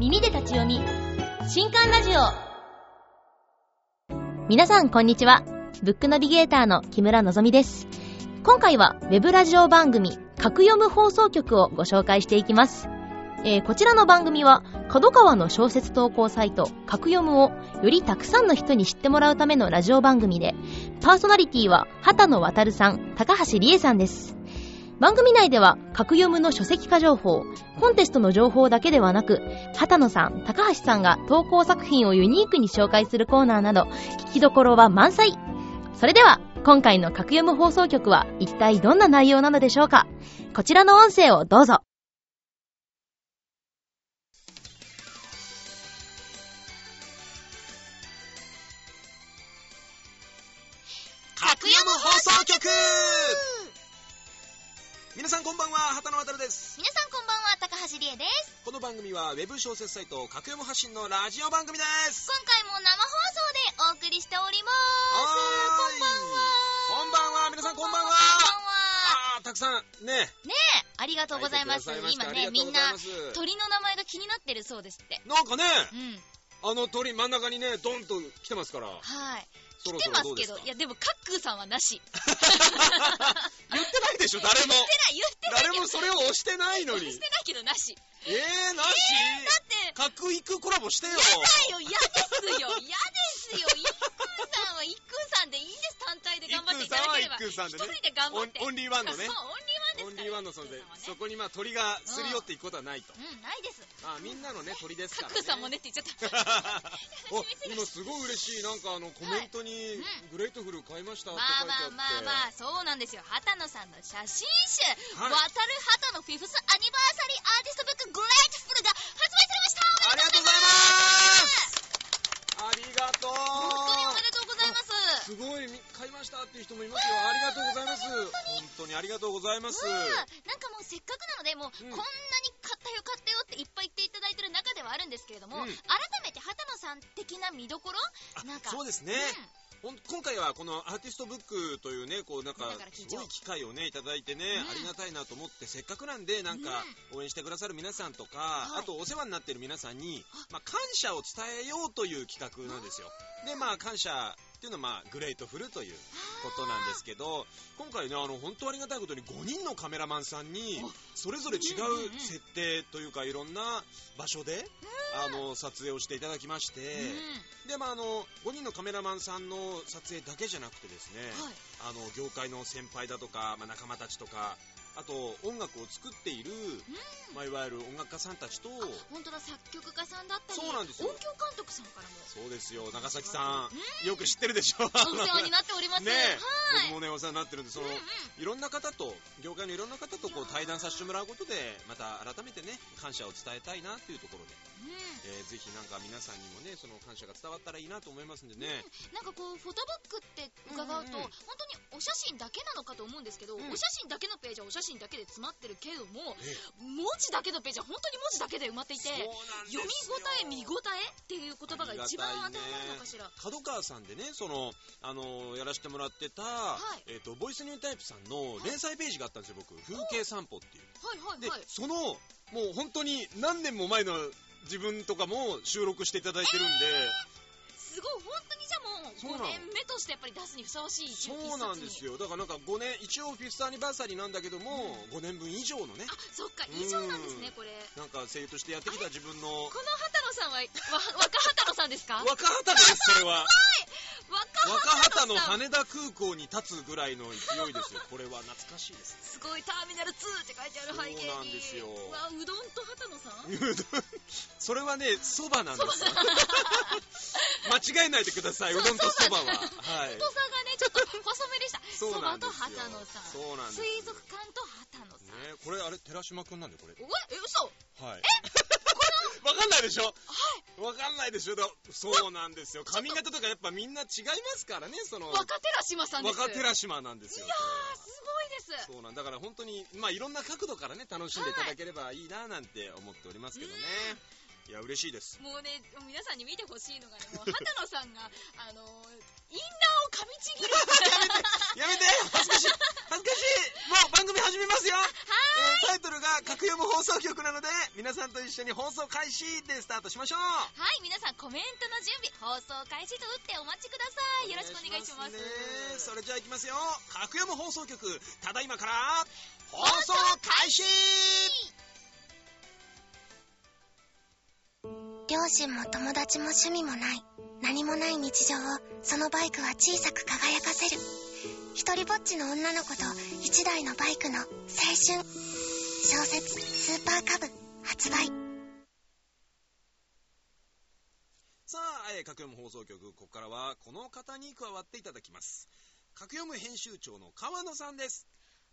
耳で立ち読み新刊ラジオ皆さんこんにちはブックナビゲーターの木村のぞみです今回はウェブラジオ番組「格読む放送局」をご紹介していきます、えーこちらの番組は角川の小説投稿サイト「格読む」をよりたくさんの人に知ってもらうためのラジオ番組でパーソナリティは畑野渉さん高橋理恵さんです番組内では格読むの書籍化情報コンテストの情報だけではなく畑野さん高橋さんが投稿作品をユニークに紹介するコーナーなど聞きどころは満載それでは今回の格読む放送局は一体どんな内容なのでしょうかこちらの音声をどうぞ格山放送局皆さんこんばんは、畑野渡です。皆さんこんばんは、高橋理恵です。この番組はウェブ小説サイト、格山発信のラジオ番組です。今回も生放送でお送りしておりまはーいす。こんばこんんは。ばんは、皆さんこんばんは。こんばんは。あー、たくさん、ね。ねえ、ありがとうございます。ありがとうござ今いましたね、みんなありがとうございます鳥の名前が気になってるそうですって。なんかね、うん。あの鳥真ん中にね、ドンと来てますから。はい。そろ来てそまろどすうでけすどか、いやでも、カックーさんはなし。言ってないでしょ、誰も。言ってない、誰もそれを押してないのに。え言ってないけどなし。だー、なし、って、格育コラボしてよ。嫌だよ、嫌ですよ、嫌ですよ。一空さんは一空さんでいいんです、単体で頑張っていただければ。一空さんは一空さんでね一人で頑張って。オンオンリーワンのねそう、オオンンリリーーワワンンのですから。存在一。そ空さんこはねにまあ鳥がすり寄っていくことはないと。うん、ないです。あみんなのね、鳥ですかカら、ッね。クさんもねって言っちゃった。お今すごい嬉しいなんかあのコメントに「グレートフル買いました」ってま書あいてあっまて、あまあまあ、そうなんですよ。畑野さんの写真集、はい渡る畑野フィフスアニバーサリーアーティストブック、グレートフルが発売されましたありがとうございますありがと本当におめうでとうございます。すごいみ買いましたっていう人もいますよありがとうございます本当にありがとうございますうわなんかもうせっかくなのでうもう、んこんなに買ったよ買ったよっていっぱい言っていただいてる中ではあるんですけれどうんも、改めて畑野さん的な見どころあなんかそうですね、ほん今回はこのアーティストブックというねこうなんかだからす緊ご張い機会をねいただいてね、うんありがたいなと思ってせっかくなんでなんか応援してくださる皆さんとか、あはいとお世話になってる皆さんに、まあ、感謝を伝えようという企画なんですよでまあ感謝っていうのはまあグレートフルということなんですけど今回ねあの本当ありがたいことに5人のカメラマンさんにおそれぞれ違うんうんううん設定というかいろんな場所であの撮影をしていただきまして、うんでまあ、あの5人のカメラマンさんの撮影だけじゃなくてですね、はいあの業界の先輩だとか、まあ、仲間たちとかあと音楽を作っている、まあ、いわゆる音楽家さんたちとあ本当だ作曲家さんだったそりうなんですよ音響監督さんからもそうですよ長崎さんよく知ってるでしょあのお世話になっておりま す、ねはい僕もねお世話になってるんでその、うんうんいろんな方と業界のいろんな方とこう対談させてもらうことでまた改めてね感謝を伝えたいなというところで、うんえーぜひなんか皆さんにもねその感謝が伝わったらいいなと思いますんでね、なんかこうフォトブックって伺うと、うんうんうん本当にお写真だけなのかと思うんですけど、うんお写真だけのページはお写真だけで詰まってるけどもえ文字だけのページは本当に文字だけで埋まっていてそうなんです読よみ応え見応えっていう言葉が一番当てはまるのかしら、角川さんでね、その、あのやらせてもらってた、いえっ、と、ボイスニュータイプさんの連載ページがあったんですよ、僕。風景散歩っていう。はいはいで、はいその、もう本当に何年も前の自分とかも収録していただいてるんで、すごい本当にじゃそうあもうなの5年目としてやっぱり出すにふさわしい一冊にそうなんですよ。だからなんか5年、一応フィフスアニバーサリーなんだけども、5年分以上のねあ、そっか以上なんですうねんこれなんか声優としてやってきた自分のこ、の畑野さんはわ若畑野さんですか若若畑です、それは。若畑畑野のさん羽田空港に立つぐらいの勢いですよ。これは懐かしいです。すごいターミナル2って書いてある背景にそうなんですようわうどんと畑野さんうどん それはね、そばなんですよ。間違えないでください、うどんとそばは。はい。太さがねちょっと細めでした そうそなばんでとすよ畑野さんそうなんですよ水族館と畑野さん、ね、これあれ、寺島くんなんだよ、これ。おいえ嘘はい。わかんないでしょわかんないでしょだそうなんですよ。髪型とかやっぱみんな違いますからね、その、若寺島さんです若寺島なんですよ。あすごいですそうなんだから本当に、まあいろんな角度からね、楽しんでいただければいいななんて思っておりますけどね。いや、嬉しいです。もうね、皆さんに見てほしいのが ね、もう、畑野さんが、あの、インナーを噛み ちぎる。やめて恥ずかしい恥ずかしいもう番組始めますよはータイトルが、格読む放送局なので、皆さんと一緒に放送開始でスタートしましょうはい、皆さんコメントの準備、放送開始と打ってお待ちください。よろしくお願いします。ねそれじゃあ行きますよ格読む放送局、ただいまから、放送開始両親も友達も趣味もない何もない日常をそのバイクは小さく輝かせる一人ぼっちの女の子と一台のバイクの青春小説「スーパーカブ」発売さあ、えー、格読む放送局、ここからはこの方に加わっていただきます。格読む編集長の川野さんです。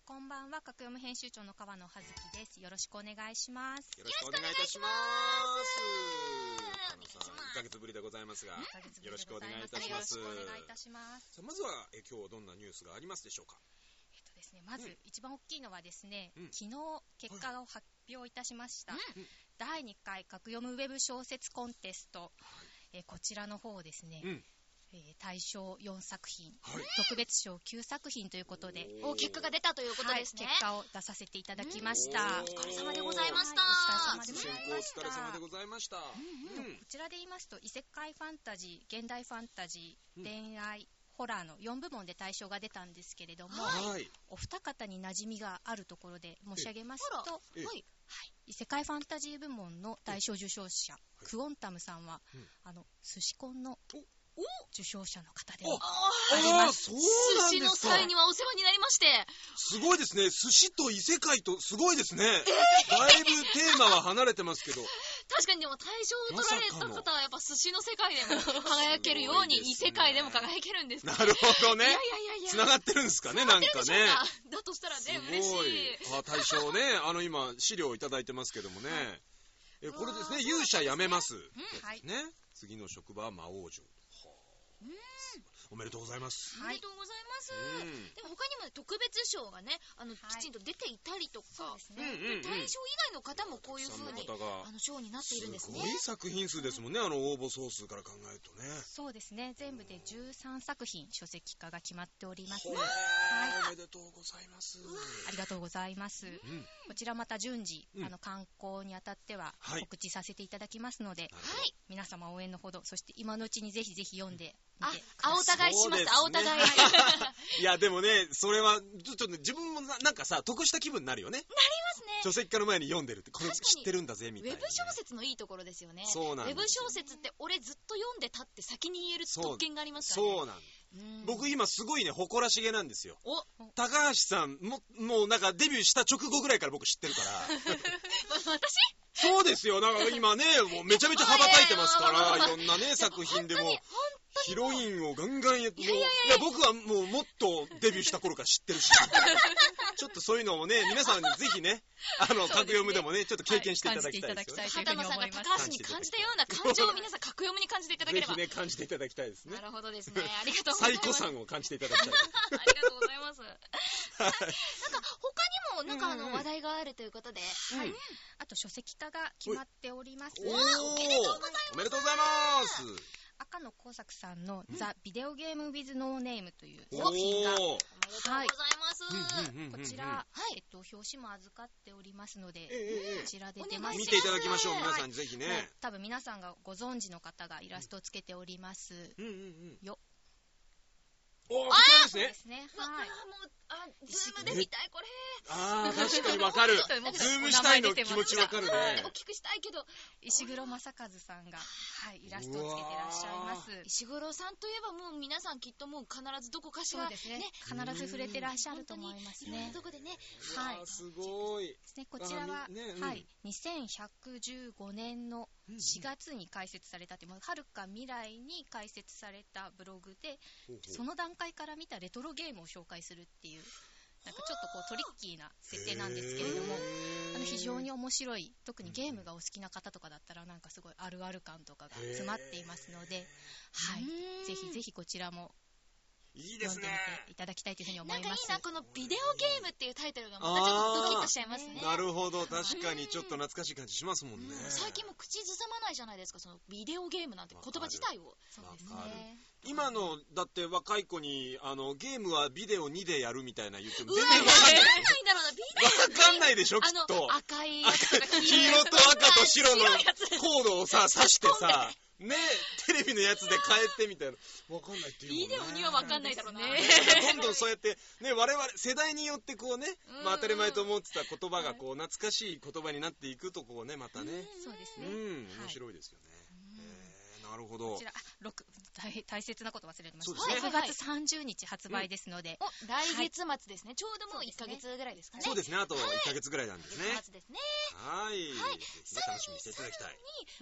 こんばんは、格読む編集長の川野葉月です。よろしくお願いします。よろしくお願いいたします。川野さん、1ヶ月ぶりでございますが、 1ヶ月ぶよろりしでくおござ願いいたますします。よろしくお願いいたします。さあまずは、え今日はどんなニュースがありますでしょうかえっとですね、まずうん一番大きいのはですね、うん昨日結果を発表いたしました。うん第2回格読むウェブ小説コンテスト、えーこちらの方ですね、うんえー大賞4作品、はい特別賞9作品ということで、お、結果が出たということですね。はい結果を出させていただきました。おお疲れ様でございました。はいお疲れ様で先行お疲れ様でございました。うんこちらで言いますと異世界ファンタジー現代ファンタジー恋愛、ホラーの4部門で大賞が出たんですけれども、はい。お二方に馴染みがあるところで申し上げますあらと、えはい異世界ファンタジー部門の大賞受賞者、えクオンタムさんは、うんあの寿司コンのお受賞者の方でおありああー、ますそうーな寿ん司でのすか際にはお世話になりまして。すごいですね。寿司と異世界と、すごいですね。だいぶテーマは離れてますけ ど。確かにでも大賞を取られた方はやっぱ寿司の世界でも輝けるように、すごいで異すね世界でも輝けるんですねなるほどねいやい。やいやいや。繋がってるんですかね、なんかね。だとしたらすごね、嬉しい。い。あ、大賞ね。あの、今、資料をいただいてますけどもね。え、これですね、勇者辞めます。はいね。次の職場は魔王城。おめでとうございます。おめでとうございます。うんでも他にもね特別賞がね、あの、はいきちんと出ていたりとそうかで、すうんね、うんうん。大賞以外の方もこういう風にさんの方があの賞になっているんですすねごい。作品数ですもんね、あの応募総数から考えるとね。そうですね全部で13作品書籍化が決まっておりますほーおめでとうございます。ありがとうございます、うん、なるこちらまた順次、うんあの観光にあたってははい告知させていただきますので、ほどはい。皆様応援のほどそして今のうちにぜひぜひ読んでみあてく、だあおさい互いします、あそおうですね互い。いや、でもね、それは、ちょちょっとね、自分もななんかさ、得した気分になるよね。なりますね書籍化の前に読んでるって、これ確か知にってるんだぜ、みウたいェなブね、小説のいいところですよね。そうなんウでェすブ小説って俺ずっと読んでたって先に言えるそう特権がありますからね。そうなんですうん僕今すごいね、誇らしげなんですよ。お、高橋さん、も、もうなんかデビューした直後ぐらいから僕知ってるから。わ私そうですよ。なんか今ね、もうめちゃめちゃ羽ばたいてますかいやいやいやら、いろんなね、作品でも本、ヒロインをガンガンやって、もういやいやや、僕はもうもっとデビューした頃から知ってるし、ちょっとそういうのをね、皆さんにぜひね、あの、そうですね格読むでもね、ちょっと経験していただきたいですよねはい感じていただき畑たい。野さんが高橋に感じたような感情を皆さん格読みに感じていただけぜれば。ひね、感じていただきたいですねな。るほど ですね。ありがとうござい最ます。古さんを感じていただきたいです。ありがとうございます。なんか、他にも、なんかあうんうんの、話題があるということで。うんあと書籍化が決まっておりますおーおめでとうございます。赤野耕作さんの「ザ・ビデオゲーム・ウィズ・ノーネーム」というお作品がーおめでとうございます。うんうんうんうんこうんちら、はいえっと、表紙も預かっておりますので、ええええこちらで出ます見ていただきましょう、皆さんににぜひね。多分皆さんがご存知の方がイラストをつけております。うんうんうん。よ。おー、こちらですそうでね。すね。うわはい。あもう、あ、ズームで見たい、これ。あー、確かにわかる。ちょっとなんかズームしたいの気持ちわかるね。大きくしたいけど、石黒正和さんが、はい、イラストをつけてらっしゃいます。石黒さんといえばもう皆さんきっともう必ずどこかしそら、うですねね。必ず触れてらっしゃると思いますいろんなね。とこでね、はいわあすごい。ですねこちらはあ、みねうんはい、2115年の4月に開設されたって、もうはるか未来に開設されたブログで、ほうほうその段階から見たレトロゲームを紹介するっていう、なんかちょっとこうトリッキーな設定なんですけれどもへ、ーあの非常に面白い、特にゲームがお好きな方とかだったら、なんかすごいあるある感とかが詰まっていますので、はい、ぜひぜひこちらもいいで読すんでねみ。ていただきたいというふうに思ないんかいまいす。な、このビデオゲームっていうタイトルがまたちょっとドキッとしちゃいますね。なるほど、確かにちょっと懐かしい感じしますもんね。最近も口ずさまないじゃないですか、そのビデオゲームなんて言葉自体を。そうですわかるね。今の、だって若い子に、あの、ゲームはビデオ2でやるみたいな言ってもうわ、全然わかんわないんだろうな、ビデかんないでしょ、きっオ。あのと。、赤いやつとか黄色と赤と白のコードをさ、刺してさ、ね、テレビのやつで変えてみたいな。わかんないっていうもんね。ビデオにはわかんないだろうな。どんどんそうやって、ね、我々、世代によってこうねうん、まあ当たり前と思ってた言葉がこう、懐かしい言葉になっていくとこをね、またね。そうですうね。ん、はい面白いですよね。へーなるほどこち。ら、あ6、大大切なこと忘れてました。そうですね6月30日発売ですので、お来月末ですね。ちょうどもう1ヶ月ぐらいですかね。そうですね、あと1はいヶ月ぐらいなんですね。末ですね。はい。はいぜひね楽しみにしていただきたい。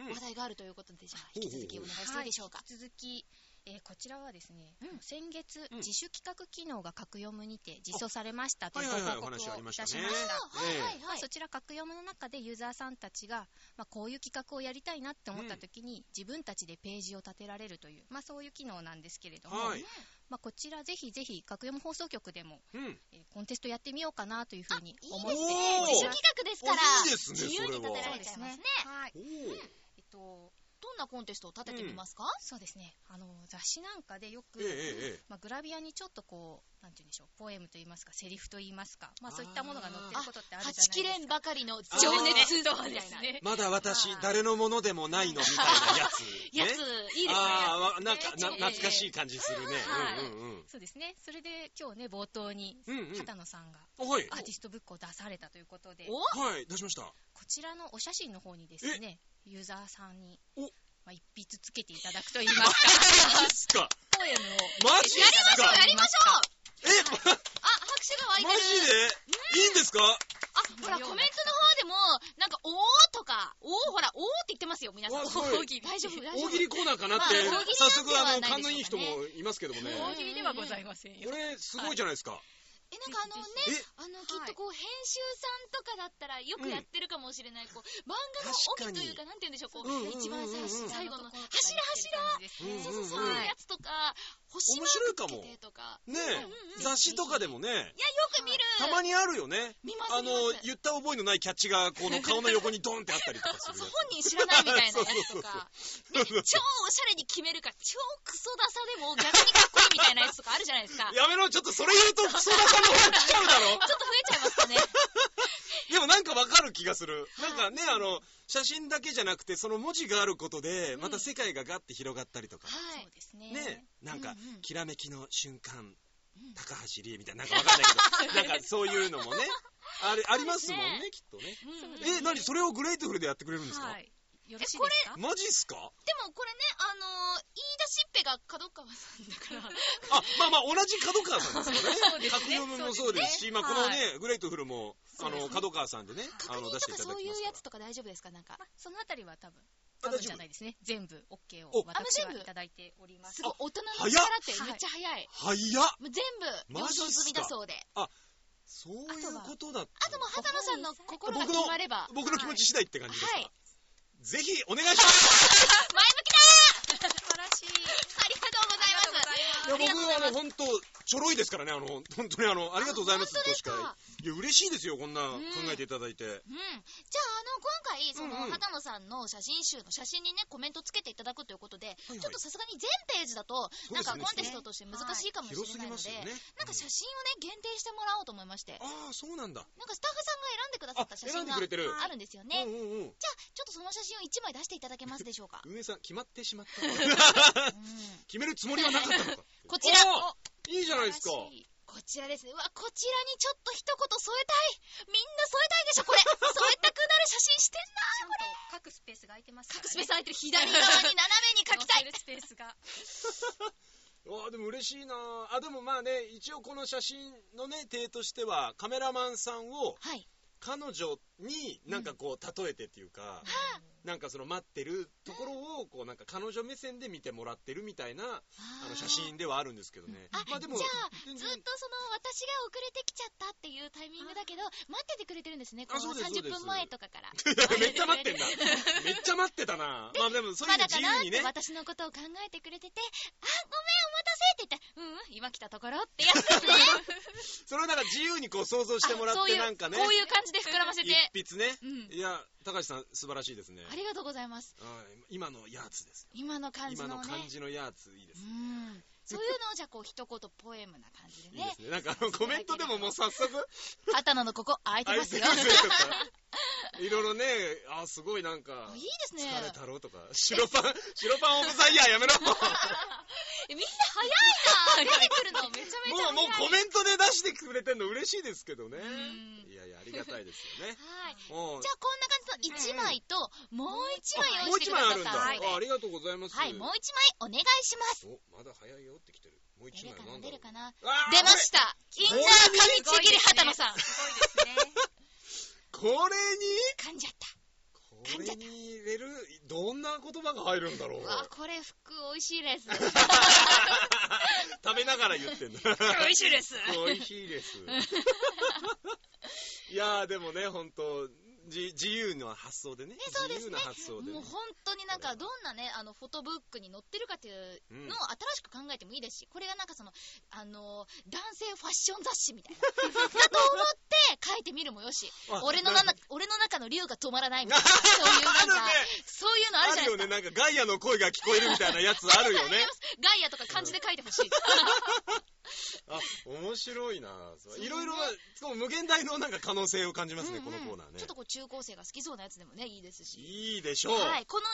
うん話題があるということで、じゃあ、うん引き続きお願いしていいでしょうかは。い引き続き、えーこちらはですね、うん先月、うん自主企画機能が格読むにて実装されましたとはいいうごはいはい、お報告をい話たしありままししたた。ね。はいはいええまあはいそ。ちら格読むの中でユーザーさんたちが、まあ、こういう企画をやりたいなって思った時に、自分たちでページを立てられるという、まあ、そういう機能なんですけれども、はい。まあ、こちらぜひぜひ格読む放送局でも、うん。えーコンテストやってみようかなというふうに思あっいていですねおり自主ま企す画ですからおいいで、すね自由に立てそられれはちゃいますね。はいおーえっとどんなコンテストを立ててみますかそうですねあの雑誌なんかでよく、ええええまあ、グラビアにちょっとこうなんて言うんでしょうポエムと言いますかセリフと言いますか、まあ、そういったものが載ってることってあるじゃないで立すちかきれんばかりの情熱度みたいな。ねまだ私あー、誰のものでもないのみたいなやつ。 やつね、いいですね。ああ、なんか、なええ懐かしい感じするね。はいうんうんそうですねそれで今日ね冒頭にうんうん畑野さんがうん。はい。アーティストブックを出されたということで、こおはい、出しました。ちらのお写真の方にですねユーザーさんにお、まあ、一筆つけていただくと言いま すかですかポエムをマジですかやりましょうえ、まあ、拍手が湧いてマる。ジでいいんですかあ、ほら、コメントの方でも、なんか、おーとか、おー、ほら、おーって言ってますよ、皆さん。わすごい大喜利、大丈夫、大丈夫。大喜利コーナーかなってまあ大喜利なん、て早速、あはの、ない勘のいいでし人ょうかもねいますけどもね。大喜利ではございませんよこれ、すごいじゃないですか。え、なんかあのね、えあの、きはいっとこう、編集さんとかだったら、よくやってるかもしれない、こう、漫画の帯というか、なんて言うんでしょう、こう、うんうんうんうん一番最初、最後の、柱柱うんうんそううそんう、そういうやつとか、星マークつけてとか。ねうんうんうんえ、雑誌とかでもね、いや、よく見るたまにあるよね。見ますあの見ます、言った覚えのないキャッチが、この顔の横にドンってあったりとかする そうやつ。本人知らないみたいなやつと か。そうそうそう超おしゃれに決めるか、超クソダサでも逆にかっこいいみたいなやつとかあるじゃないですか。ちょっやめろ、ちょっとそれ言うと、クソダ さんの方来ちゃうだろ。と増えちゃいますかね。でもなんかわかる気がする。なんかね、あの、写真だけじゃなくて、その文字があることで、また世界がガッて広がったりとか。はそ。いうですねねなんか、うんうんきらめきの瞬間ん、高橋理恵みたいな、なんかわかんないけど、なんかそういうのもね、あれ、ありますもんね、きっとね。うんうんえ、なにそれをグレートフルでやってくれるんですかはいよろしいですかマジっすかでもこれね、あのー、言い出しっぺが角川さん だから、あ、まあまあ、同じ角川さんですよね。そうですね角読むもそうですし、まあこのね、グレートフルも、あそうでの、すね角川さんでね、あ確認の、出としていかただきまそういすうかやらつ。とか大丈夫ですかなんか。まあそのあたりは多分あ多大丈夫分じゃないですね全部 OK をお私はあもう全部いただいておりますすごい、大人の力って早っめっちゃ早い。早っもう全部、了承済みだそうで。そういうことだっあたとのもう、畑野さんの心が僕の決まれば。僕の気持ち次第って感じですはいかぜひ、お願いします前向きだ素晴らしいありがとうございます。いや、僕ありがとうござはいまあすの、本当ちょろいですからね、あの、本当にあの、ありがとうございますとしかあい本。や、嬉しいですよ、こんな考んえていただいて。うん。じゃあ、あの、今回、その、うんうん畑野さんの写真集の写真にね、コメントつけていただくということで、いはいちょっとさすがに全ページだと、うなでんすかねコンテストとして難しいかもしれ広すなぎいのまでよ、すね。なんか写真をね、限定してもらおうと思いまして、ああ、そうなんだ。なんかスタッフさんが選んでくださった写真あ選んでくれてるがあるんですよね。うんじゃあ、うんうん。。ちょっとその写真を1枚出していただけますでしょうか運営さん、決まってしまった。 うん決めるつもりはなかったのか。 こちらあーいいじゃないですか。素晴らしいこちらですね。うわ、こちらにちょっと一言添えたいみんな添えたいでしょ、 これ添えたくなる写真してんちゃなんこれと各スペースが空いてますから、ね、スペース空いてる左 側に斜めに書き たい載せるスペースがわあでも嬉しいなああでもまあね一応この写真のね体としてはカメラマンさんをはい。彼女になんかこう例えてっていうか、なんかその待ってるところをこうなんか彼女目線で見てもらってるみたいなあの写真ではあるんですけどねあまあでもじゃあ全ず然っとその私が遅れてきちゃったっていうタイミングだけど、待っててくれてるんですね、こあのそうです30そうです分前とかから。 めっちゃ待 ってんだめっちゃ待ってたなまあでもそういまうのだ自かなっ由にてね私のことを考えてくれてて、あ、ごめん、お待たせって言ったら、ううん、今来たとこ ろってやつですね。それをなんか自由にこう想像してもらっそういて、う、なんかね、こういう感じで膨らませて。一筆ね。うん。いや、高橋さん、素晴らしいですね。ありがとうございます。うん今のやつです。今の感じ今ののね。感じのやつ、いいですう。ん。そういうのをじゃあこう一言ポエムな感じでいいねで。すね。なんかあのコメントでももう早速、畑野のここ空いてあいますつよ。が強かったいろいろね、あ、すごいなんかあいい、で疲すね。れたろうとか、白パン、白パンオブザイヤーやめろも えみんな早いな出てくるのめちゃめちゃう、もう早コメい。ントで出してくれてんの嬉しいですけどねう。ん。いやいや、ありがたいですよねはもい。うじゃあこんな感じの1枚と、もう1枚もう用意し一てくだ枚あるんだ。ああさい。りがとうございます。はい、もう1枚お願いします。お、まだ早いよって来てる。もう一出る枚かななんだ出るろう あーかな出ましたインナーすご紙いちぎでりすね畑野さん。すごいですね。これに噛んじゃった。これに入れる、どんな言葉が入るんだろうう。わ、これ服美味しいです。食べながら言ってんだ。 美味しいです。美味しいです。 いやー、でもね、本当じ自由な発想でね。そうで自すね由な発想で もねう。本当になんかどんなね、あの、フォトブックに載ってるかっていううんのを新しく考えてもいいですし、これがなんかその、あの、男性ファッション雑誌みたいな。だと思って書いてみるもよし、あ俺のなんなか、俺の中の竜が止まらないみたいな、そういうなあんかるね、そういうのあるじあゃるなよいでね、なんすか。かガイアの声が聞こえるみたいなやつある よね。ガイアとか漢字で書いてほしい。あ、面白いなうねいろいろ、そう無限大のなんか可能性を感じますね、うんこうんのコーナーねちょっ。とこう中高生が好きそうなやつでもね、いいですし。いいでしょう。はい、この2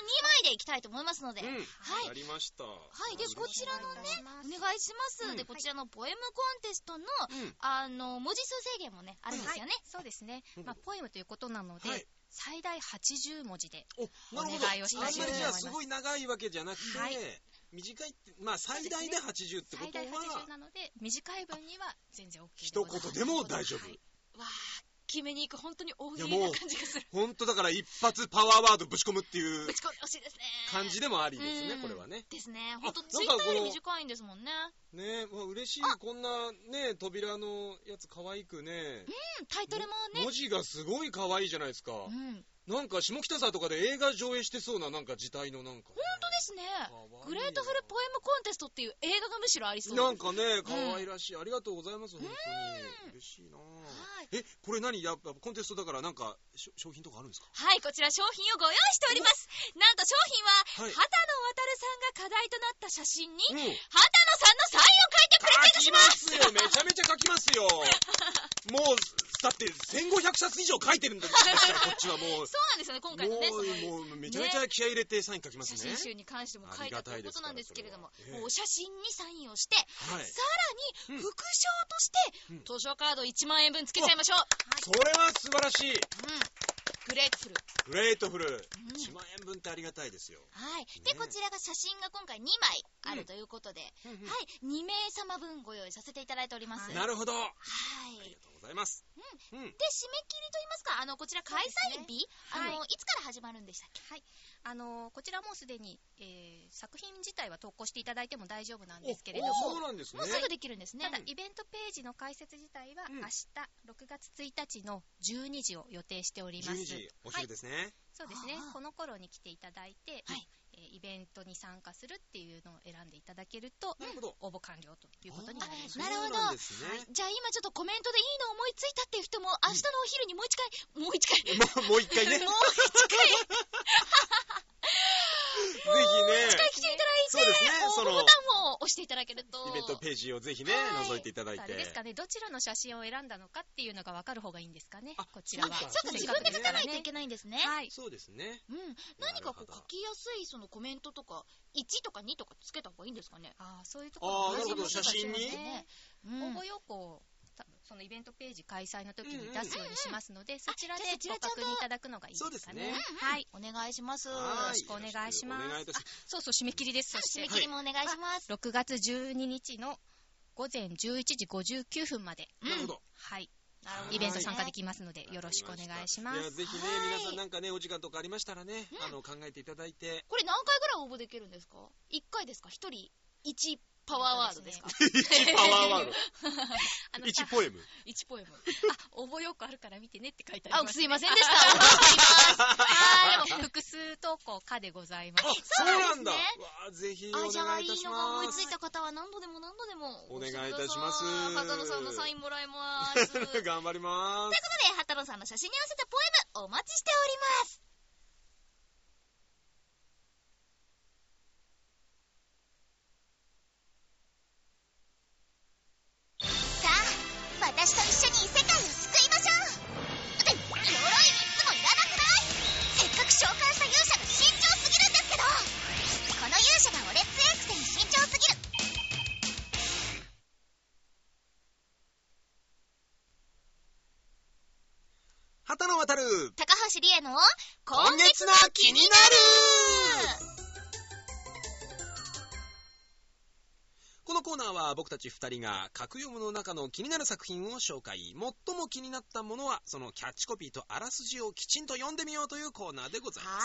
枚でいきたいと思いますので、うん。はいやりました。はいでこちらのねお願いします。うんで、こちらのポエムコンテストうの、ん。あの、文字数制限もね、あるんですよね。そうですねうん。まあ、ポエムということなので、はい最大80文字で。お、なるほおど。願いをしたいと思いますあんまりじゃあすごい長いわけじゃなくて、はい短いって、まあ最大で80ってこ最と大は80、なので、短い分には全然 OK です。一言でも大丈夫。はいわあ、決めに行く、本当に大喜い利やもなう感じがする。本当だから一発パワーワードぶち込むっていう ぶち込んでほしいですね。感じでもありですうねん、これはね。ですね。本当なんかツイッターよこりの短いんですもんね。ねえ、まあ、嬉しい。こんなね、扉のやつ可愛くね。うん、タイトルもね文、字がすごい可愛いじゃないですか。うん。でなんか下北沢とかで映画上映してそうななんか時代のなんか、すね。可愛いグレートフルポエムコンテストっていう映画がむしろありそう。なんかね、可愛らしい。ありがとうございます、本当に。嬉しいなぁはいえ、これ何やっぱコンテストだからなんか、しょ商品とかあるんですかはい、こちら商品をご用意しております。なんと商品は、はい畑野渉さんが課題となった写真に、うん。畑野さんのサインを書いてプレゼント書きしまますすよめちゃめちゃ書き ますよもう、だって1500冊以上書いてるんだから、こっちはもう。 そうなんですよね、今回のね、そのもう、もう、めちゃめちゃ気合い入れてサイン書きます写ね。真集に関しても書いたということなんですけれどもありがたいですからそれ、はもうお写真にサインをして、はい。さらうにん副賞として、うん図書カード1万円分つけちゃいましょう。それは素晴らしい。うん。グレートフル。グレートフル。うん1万円分ってありがたいですよ。はい。ねで、こちらが写真が今回2枚あるということで、はい。2名様分ご用意させていただいております。なるるほど。あはい。りがとうございます。うんで、締め切りといいますか、あの、こちら開催日、そうですねあの、いつから始まるんでしたっけあのーこちらもうすでに、えー作品自体は投稿していただいても大丈夫なんですけれどもお、そうなんですねもう。すぐできるんですね。ただイベントページの開設自体はうん明日6月1日の12時を予定しております。 12時、おは昼い、ですね。そうですねああ。この頃に来ていただいて、はいえーイベントに参加するっていうのを選んでいただけるとなるほど。応募完了ということになります。あなるほそうなんど。ですねはいじゃあ今ちょっとコメントでいいの思いついたっていう人も、明日のお昼にもう一回、もう一回、もうも うもう一 回ね。ぜひね。一回来ていただいて、そうですね応募そのボタンを押していただけると。イベントページをぜひね、はい覗いていただいて。あれですかね、どちらの写真を選んだのかっていうのが分かる方がいいんですかねあ、こちらは。あそうかそうか、自分で書かないといけなないんですね。はい。そうですね。うん。何かこなるほうど書きやすいそのコメントとか、1とか2とかつけた方がいいんですかね。ああ、そういうところああ、なる同ほじど。も写の真がに。ですねね。うん応募要項を多分そのイベントページ開催の時に出すようにしますので、そちらであじゃあそちらごちゃんと確認いただくのがいいですかね。そうですねはい。お願いします。はよろしくお願いしますお願いいたしそうそう、締め切りです。そし締めて、切りもお願いします。 6月12日の午前11時59分まで、ます。なるほど。はい、なるほどイベント参加できますので、よろしくお願いしまいや、す。ぜひねはい、皆さんなんかね、お時間とかありましたらね、あの、考えていただいて。 これ何回ぐらい応募できるんですか ?1 回ですか ?1 人1パワーワードですか1パワーワーあのド。1ポエム。 ?1 ポエム。あ、応募要項あるから見てねって書いてありあま、す。すいませんでした。お願いします。あーでも複数投投稿課でございまあす。、そうなんだ。そうなんですねわあ、ぜひお あ、じゃあ願いいいいたしのがま思いつすい。た方は何度でも何度でも。お願いいたします畑野さんのサインもらえます。ということで、 頑張ります。畑野さんの写真に合わせたポエム、お待ちしております。さあ私と一緒に世界を救いましょうで鎧3つもいらなくないせっかく召喚した勇者が慎重すぎるんですけどこの勇者がオレッツエークセに慎重すぎる畑野渡る、高橋理恵の、今今月月の気になるこのコーナーは僕たち二人が格読むの中の気になる作品を紹介。最も気になったものは、そのキャッチコピーとあらすじをきちんと読んでみようというコーナーでございます。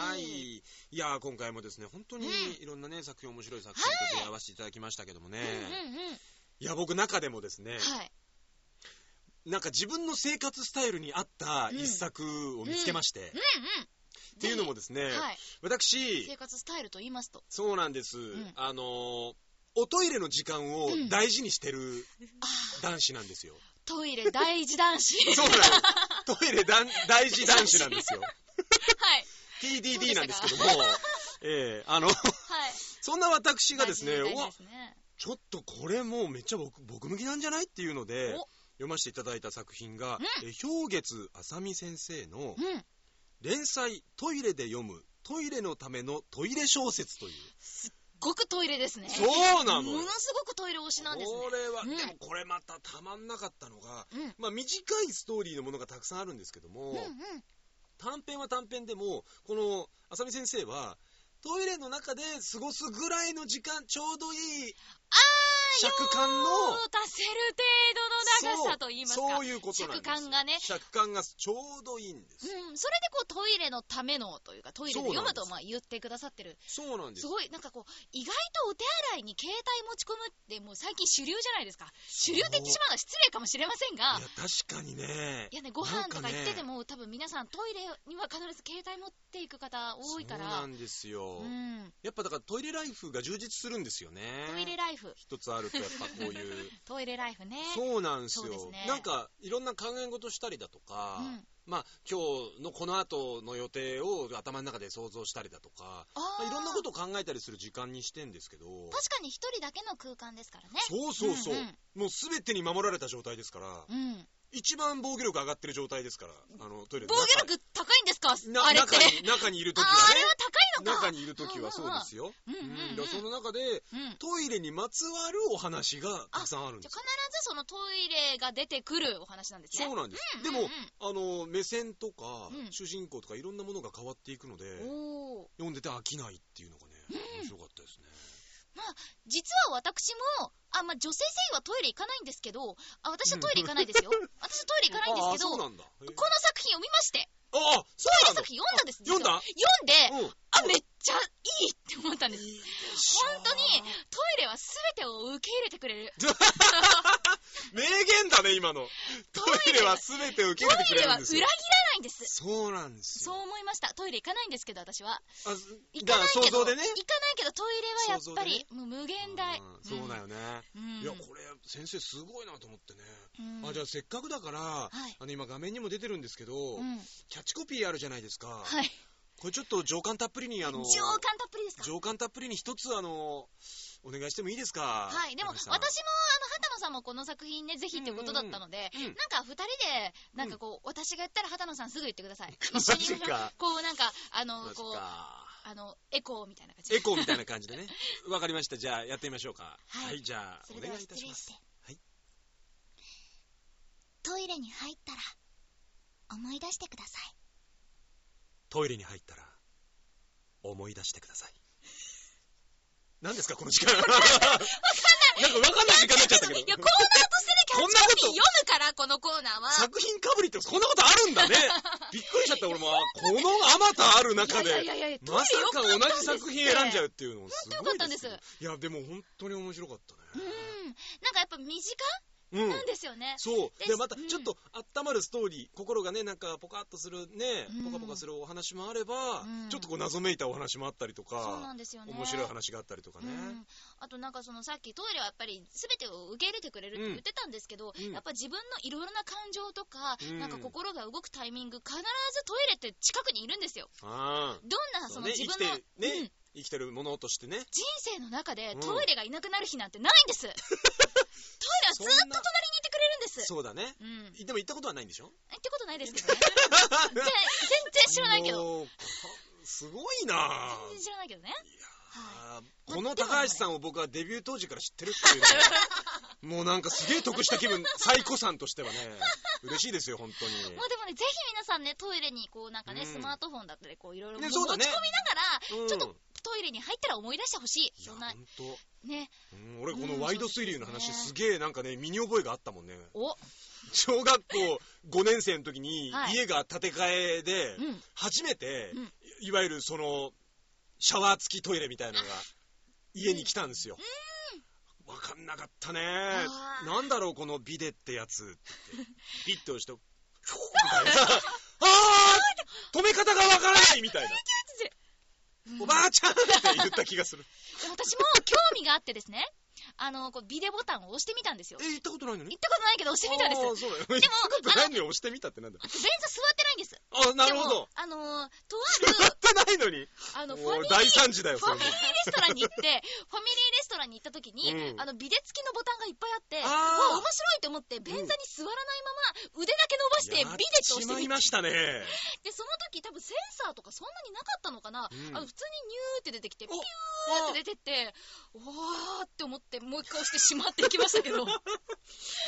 ははーい。い。いやー、今回もですね、本当にういろんなね、作品、面白い作品と出会わせていただきましたけどもね。うんうんうん。いや、僕中でもですね、はい。なんか自分の生活スタイルに合った一作を見つけまして、っうんうん。ていうのもですね、はい。私生、活スタイルと言いますと。そうなんです、んあのー、おトイレの時間をうん大事にしてる男子なんですよ。トイレ大事男子。そうなんで す。トイレだん大事男子なんですよ。はい。 TDD なんですけどもそ、ええあの、はい。そんな私がですね、大事う大わ事ですねちょっとこれもうめっちゃ僕僕向きなんじゃないっていうのでお、読ませていただいた作品が、うえ氷月あさみ先生のうん。連載トイレで読むトイレのためのトイレ小説という。ごく トイレですね。そうなのもよのすごくトイレ推しなんですね。これは、うんでもこれまたたまんなかったのが、うん。うんまあ短いストーリーのものがたくさんあるんですけども、うん。短編は短編でも、この浅見先生は、トイレの中で過ごすぐらいの時間、ちょうどいい尺感の、もう足せる程度の長さと言いますか。そうそういうことなんです。尺感がね。尺感がちょうどいいんです。うん、それでこうトイレのためのというかトイレで読むとそうまあ言ってくださってるそうなんですす。ごいなんかこう意外とお手洗いに携帯持ち込むってもう最近主流じゃないですか主流って言ってしまうのは失礼かもしれませんがいや、確かにね。いやねご飯となかん行っててねも、多分皆さんトイレには必ず携帯持っていく方多いからそうなんですよ。うんやっぱだからトイレライフが充実するんですよね。トイレライフ一つあるとやっぱこういう。トイレライフねそうなんですそうよですねなんかいろんな考え事したりだとか、うんまあ今日のこの後の予定を頭の中で想像したりだとか、あまあーいろんなことを考えたりする時間にしてんですけど確かに一人だけの空間ですからねそうそうそう、うんもう全てに守られた状態ですから、うん一番防御力上がってる状態ですからあのトイレの防中御力高いんですかなあれって中に中にいるあ時ーはあねれは高いのか中にいる時はそうですよ、うんうんうんだからその中でうんトイレにまつわるお話がたくさんあるんでじゃすあ必ずそのトイレが出てくるお話なんですねそうなんです、うんうんでうんもあの目線とか、うん主人公とかいろんなものが変わっていくのでおー読んでて飽きないっていうのがね、面白かったですね実は私も、あ、まあ、女性声優はトイレ行かないんですけど、あ、私はトイレ行かな いですよ。私はトイレ行かないんですあけあそうど、このなんだへえ作品読みまして、ああそこうなんだの作品読んだんです、あ読んだ実は読んで、うんあ、めっちゃいいって思ったんです。いいでしょ本当に、トイレは全てを受け入れてくれる。 名言だね今のトイレは全て受けト入れてくイれレるんは裏です切よらないんです。そうなんですそよう思いました。トイレ行かないんですけど、私は。あ行だかからないけ想ど、像でね行かないけど、トイレはやっぱり、もう無限大。うんそうだよね、うん。いやこれ先生すごいなと思ってね、うんあじゃあせっかくだから、はいあの今画面にも出てるんですけど、うん。キャッチコピーあるじゃないですか、はい。これちょっと情感たっぷりにあの情感たっぷりですか情感たっぷりに一つあのお願いしてもいいですかはい、でも高橋私さもんあの畑野さんもこの作品ね、ぜひってことだったので、う んうんうんうんなんか二人で、なんかこう、私がやったら畑野さんすぐ言ってください。マ一緒ジに、かこうなんか、あのマ、ジこう、かあの、エコーみたいな感じエコーみたいな感じでねわかりましたじゃあやってみましょうかはいはい、じゃあそおれで願はいいた失し礼ましすて、はいトイレに入ったら思い出してくださいトイレに入ったら思い出してください何ですかこの時間わかん ないなんかわかんない時間になっちゃったけどいや、コーナーとしてでキャッチコピー読むから、このコーナーは。作品かぶりってこんなことあるん だねびっくりしちゃった俺もあこのあまたある中いでやいやいやいや、まさか同じ作品選んじゃうう。っていうのもす本当よごかっいたんでですすよいやでも本当に面白かったうんね。なんかやっぱ身近うんなんですよね。そう。でで、また、うんちょっと、温まるストーリー、心がね、なんか、ポカッとするねうん、ポカポカするお話もあれば、うんちょっとこう、謎めいたお話もあったりとそうなか、んですよね。面白い話があったりとかね。うん、あとなんかそのさっきトイレはやっぱり全てを受け入れてくれるって言ってたんですけど、うんやっぱ自分のいろいろな感情とか、うんなんか心が動くタイミング必ずトイレって近くにいるんですよあどんなあ。そそうのね、自生き分ての、、うんね、生きてるものとしてね。人生の中でうんトイレがいなくなる日なんてない んです、トイレはずっと隣にいてくれるんですそうだね。うんいでも行ったことはないんでしょえってことないです けどね全然知らないけどもうかすごいな全然知らないけどねあーこの高橋さんを僕はデビュー当時から知ってるっていう ねもうなんかすげえ得した気分、最古さんとしてはね、嬉しいですよ、本当に。まあで もね、ぜひ皆さんね、トイレにこうなんかね、うんスマートフォンだったり、こういろいろ持ねちそう込だみなねがら、うんちょっとトイレに入ったら思い出してほしい。いや、そんな本、当。ね、うん俺、こうんのワイド水流の話、そうですすげえなんかね、身に覚えがあったもんね。お、小学校5年生の時には、い家が建て替えでう、ん。初めてうん、いいわゆるその、シャワー付きトイレみたいなのが、家に来たんですよ。わかんなかったね。あーなんだろう、このビデってやつって 言って。ピッと押して、ひょーみたいな。あー止め方がわからないみたいな。おばあちゃんって言った気がする。で私も興味があってですね、あの、こうビデボタンを押してみたんですよ。え、行行ったことないのにったことないけど押してみたんです。あ便ーそうだよ。でも、 何を押してみたってなんだ座座ってないんです。あー、なるほでもど。。あのー、とやある、ってないのに。あの、ファおミいリー大惨事だよ、フそァれもミリーレ。ストランに行 って、ファミリーレストランに行った時に、うんあの、ビデ付きのボタンがいっぱいあって、あーわあ、面白いと思って、便座に座らないまま、腕だけ伸ばして、ビデやっって押してまみいて、ましたね。で、その時多分センサーとかそんなになかったのかな、うんあの、普通にニューって出てきて、ピュおーって出てって、わーって思って、もう一回押してしまっていきましたけど、眺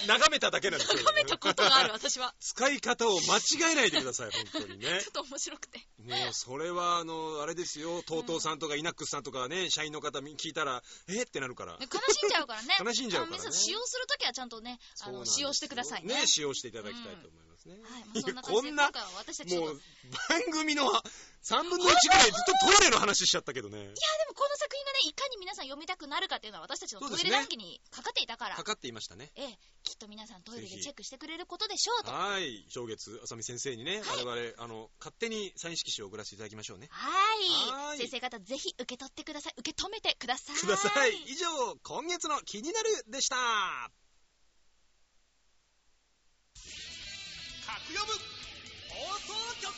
眺めただけなんですよ。めたことがある、 私は。 使い方を間違えないでください、本当にねちょ。っと面白くて。もう、それは、あの、あれですよ、TOTO さんとかイナックスさんとかね、社員の方み聞いたら、えってなるから悲。しんじゃうからね。悲しんじゃうからねあの皆さん使用するときはちゃんとね、あそうなんの、です使よ用してくださいね。ね、使用していただきたいと思いますね。はい、まあ、そんな感こじんで、今な、回は私たちちょっもとう、番組の3分の1ぐらいずっとトイレの話しちゃったけどね。でもこの作品がね、いかに皆さん読みたくなるかっていうのは私たちのトそうですイレね談義にかかっていたから、かかっていましたね。ええ、きっと皆さんトイレでぜひチェックしてくれることでしょうと。ははい。正月、あさみ先生にね、我々、あの、勝手にサイン色紙を送らせていただきましょうね。はーーい。い先生方、ぜひ受け取ってください。受け止めてください。ください。以上、今月の気になるでした。格読む放送局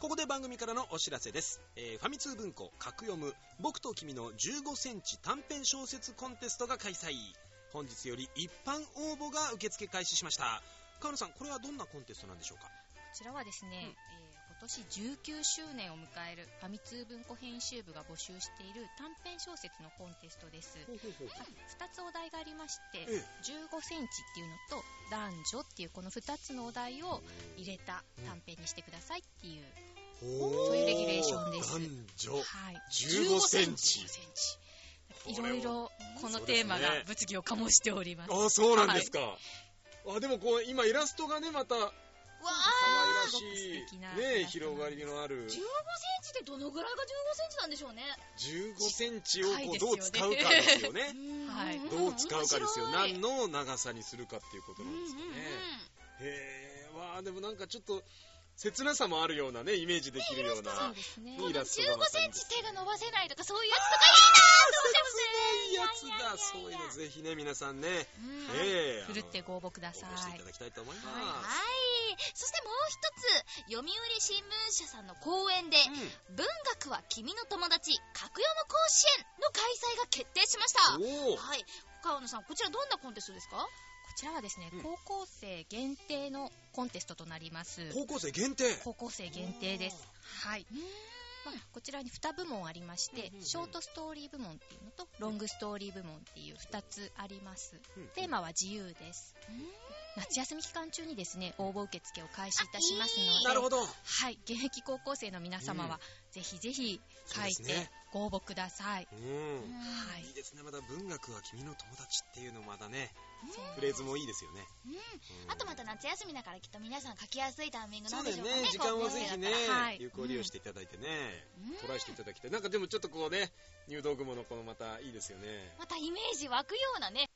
ここで番組からのお知らせです。えーファミ通文庫、格読む、僕と君の15センチ短編小説コンテストが開催。本日より一般応募が受付開始しました。河野さん、これはどんなコンテストなんでしょうかこちらはですね、えー今年19周年を迎えるファミ通文庫編集部が募集している短編小説のコンテストです2つお題がありましえてえ1 5センチっていうのと男女っていうこの2つのお題を入れた短編にしてくださいっていう、ほそういうレギュレーションです男はい、 15センチ15センチいろいろこのテーマが物議を醸しております女。ああ、そうなんですか。あ、でもこう、今イラストがね、また、可わ愛らすごくし素敵い、なね、広がりのあるー !15 センチってどのぐらいが15センチなんでしょうね。 15センチをこうど近いうです使ようねかですよね。はいどう使うかですよ。面白い何の長さにするかっていうことうんなうんんですよね。うんへえ、わあ、でもなんかちょっと、切なさもあるようなね、イメージできるようそうな。ですねいいイラストが15またセいいンでチす手が伸ばせないとか、そういうやいいやつだ、いそうやいいうやいやいやのぜひね、皆さんね、つとかいいええ、なーって思ってますね。うんふるってご応募くだあさの応募していいただきたいと思いはいま、そしてもう一つ読売新聞社さんの講演で「す。うん文学は君の友達格読む甲子園」の開催が決定しましたおおはい川野さんこちらどんなコンテストですかこちらはですね、うん高校生限定のコンテストとなります。高校生限定高校生限定です。はい。まあ、こちらに2部門ありましうて、んうんうんショートストーリー部門っていうのと、ロングストーリー部門っていう2つあります。うんテーマは自由です。夏休み期間中にですね、応募受付を開始いたしますので、なるほど。はい、現役高校生の皆様はぜひぜひ書いそうですてねご応募ください。うん。はいいい。ですね。また文学は君の友達っていうのまだね、うんフレーズもいいですよね。うんうんあとまた夏休みだからきっと皆さん書きやすいタイミングそうなんだでよしょねうかね。。時間をぜひね高校生だったら、はい有効利用していただいてね、うんトライしていただきたい。なんかでもちょっとこうね、入道雲のこのまたいいですよね。またイメージ湧くようなね。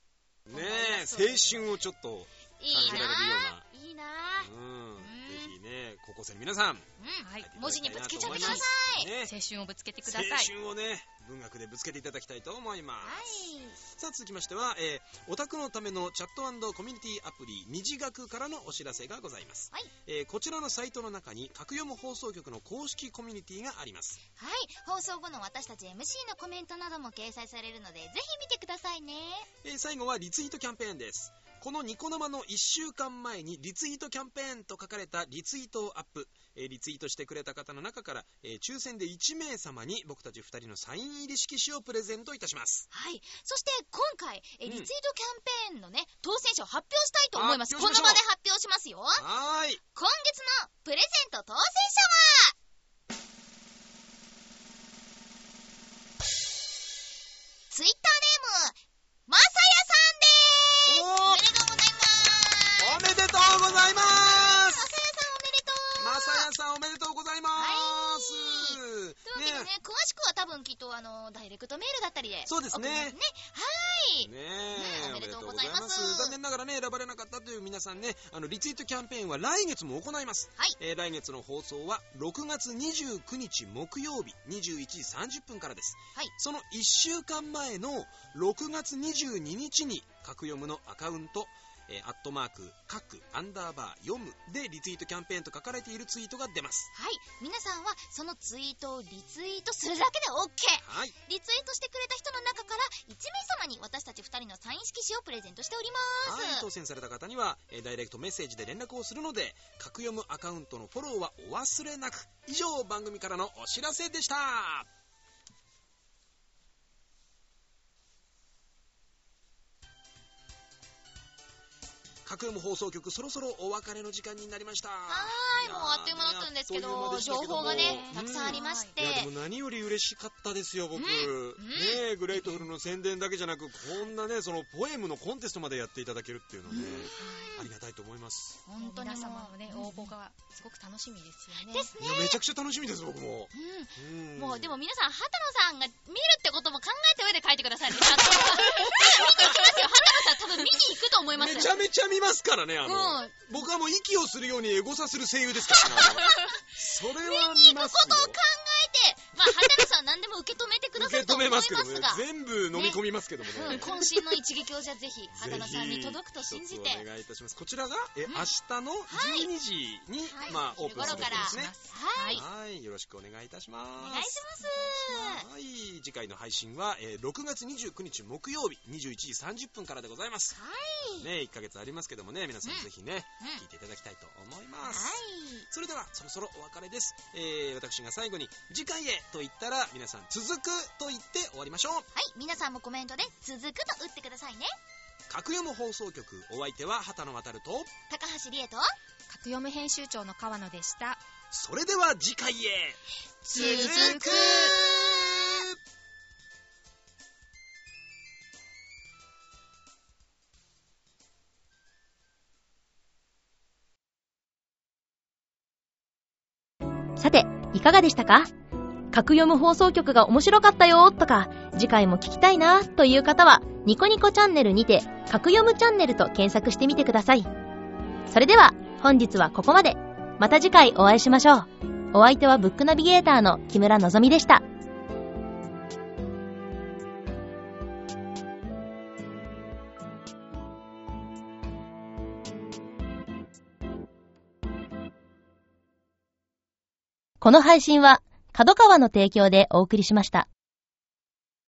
ねえ、青春をちょっといい感じられるような。な。いいな。うんんぜひね、高校生の皆さん、うん。はい。文字にぶつけちゃってくださいただきたい青春をぶつけてくだなさい。と思いますね。青春をね、文学でぶつけていただきたいと思います。はい。さあ続きましては、えーオタクのためのチャットコミュニティアプリ二次学からのお知らせがございます、はいえーこちらのサイトの中に各読む放送局の公式コミュニティがありますはい。放送後の私たち MC のコメントなども掲載されるので、ぜひ見てくださいね。えー最後はリツイートキャンペーンですこのニコ生の1週間前にリツイートキャンペーンと書かれたリツイートをアップ、えーリツイートしてくれた方の中から、えー抽選で1名様に僕たち2人のサイン入り色紙をプレゼントいたしますはい。そして、今回、えうんリツイートキャンペーンのね、当選者を発表したいと思います。あこ発の表し場ましょうで発表しますよ。はーい今月のプレゼント当選者はツイッターネーム、まさやさんですおめでおとうございますめでとうございまますさやさんおめでとうまさやさんおめでとうございます、というわけでね詳しくは多分きっとあの、ダイレクトメールだったりで。そうですね送りますね。はーい。ねえ、ねえおめでとうございますおめでとうご残念ながらね、選ばれなかったという皆さんね、あの、リツイートキャンペーンは来月も行います。はいえー来月の放送は6月29日木曜日21時30分からです。はいその1週間前の6月22日に、各読むのアカウント、えーアットマーク、各、アンダーバー、読むでリツイートキャンペーンと書かれているツイートが出ます。はい。皆さんは、そのツイートをリツイートするだけで OK! はい。リツイートしてくれた人の中から、1名様に私たち2人のサイン色紙をプレゼントしております。はい、当選された方には、えーダイレクトメッセージで連絡をするので、各読むアカウントのフォローはお忘れなく。以上、番組からのお知らせでした。各読む放送局、そろそろお別れの時間になりました。ははい、もうあっという間だったんですけど、情報がね、たくさんありましてい、やでも何より嬉しかったですよ、僕。うんねえ、グレートフルの宣伝だけじゃなく、こんなね、そのポエムのコンテストまでやっていただけるっていうのはね、ありがたいと思います。本当に皆も様のね、う応募がすごく楽しみですよね。ですいやめちゃくちゃ楽しみです、僕も。ううんん、もうでも、皆さん、畑野さんが見るってことも考えた上で書いてくださいね。ちゃんと見に行きますよ。畑野さん多分見に行くと思いまめす。ちゃめちゃ見ますからね、あの、うん僕はもう息をするようにエゴサする声優ですから、ね、 それは見ますよ。ことを考えて、まあ、畑野さん何でも受け止めてくださ受るとけ止思いめまますすけがどもね、、全部飲み込みますけどもうんね。渾身の一撃をじゃあぜひ、ぜ畑野ひさんに届くと信じて。一つお願いいたします。こちらが、え、ん明日の12時に、はいまあ、オー昼プンするとい頃かうことら。ですね。はい。はい、よろしくお願いいたします。お願いします。はい、次回の配信は、えー6月29日木曜日21時30分からでございます。はい。ね、1ヶ月ありますけどもね、皆さんうんぜひね、うん聞いていただきたいと思いまはす。い。それでは、そろそろお別れです。えー、私が最後に、次回へと言ったら、皆さん、続くと言って終わりましょう。はい。皆さんもコメントで、続くと打ってくださいね。各読む放送局、お相手は、畑野渡ると、高橋理恵と、格読む編集長の川野でした。それでは次回へ、続くさて、いかがでしたか各読む放送局が面白かったよとか、次回も聞きたいなという方は、ニコニコチャンネルにて、各読むチャンネルと検索してみてください。それでは、本日はここまで。また次回お会いしましょう。お相手はブックナビゲーターの木村のぞみでした。この配信は、角川の提供でお送りしました。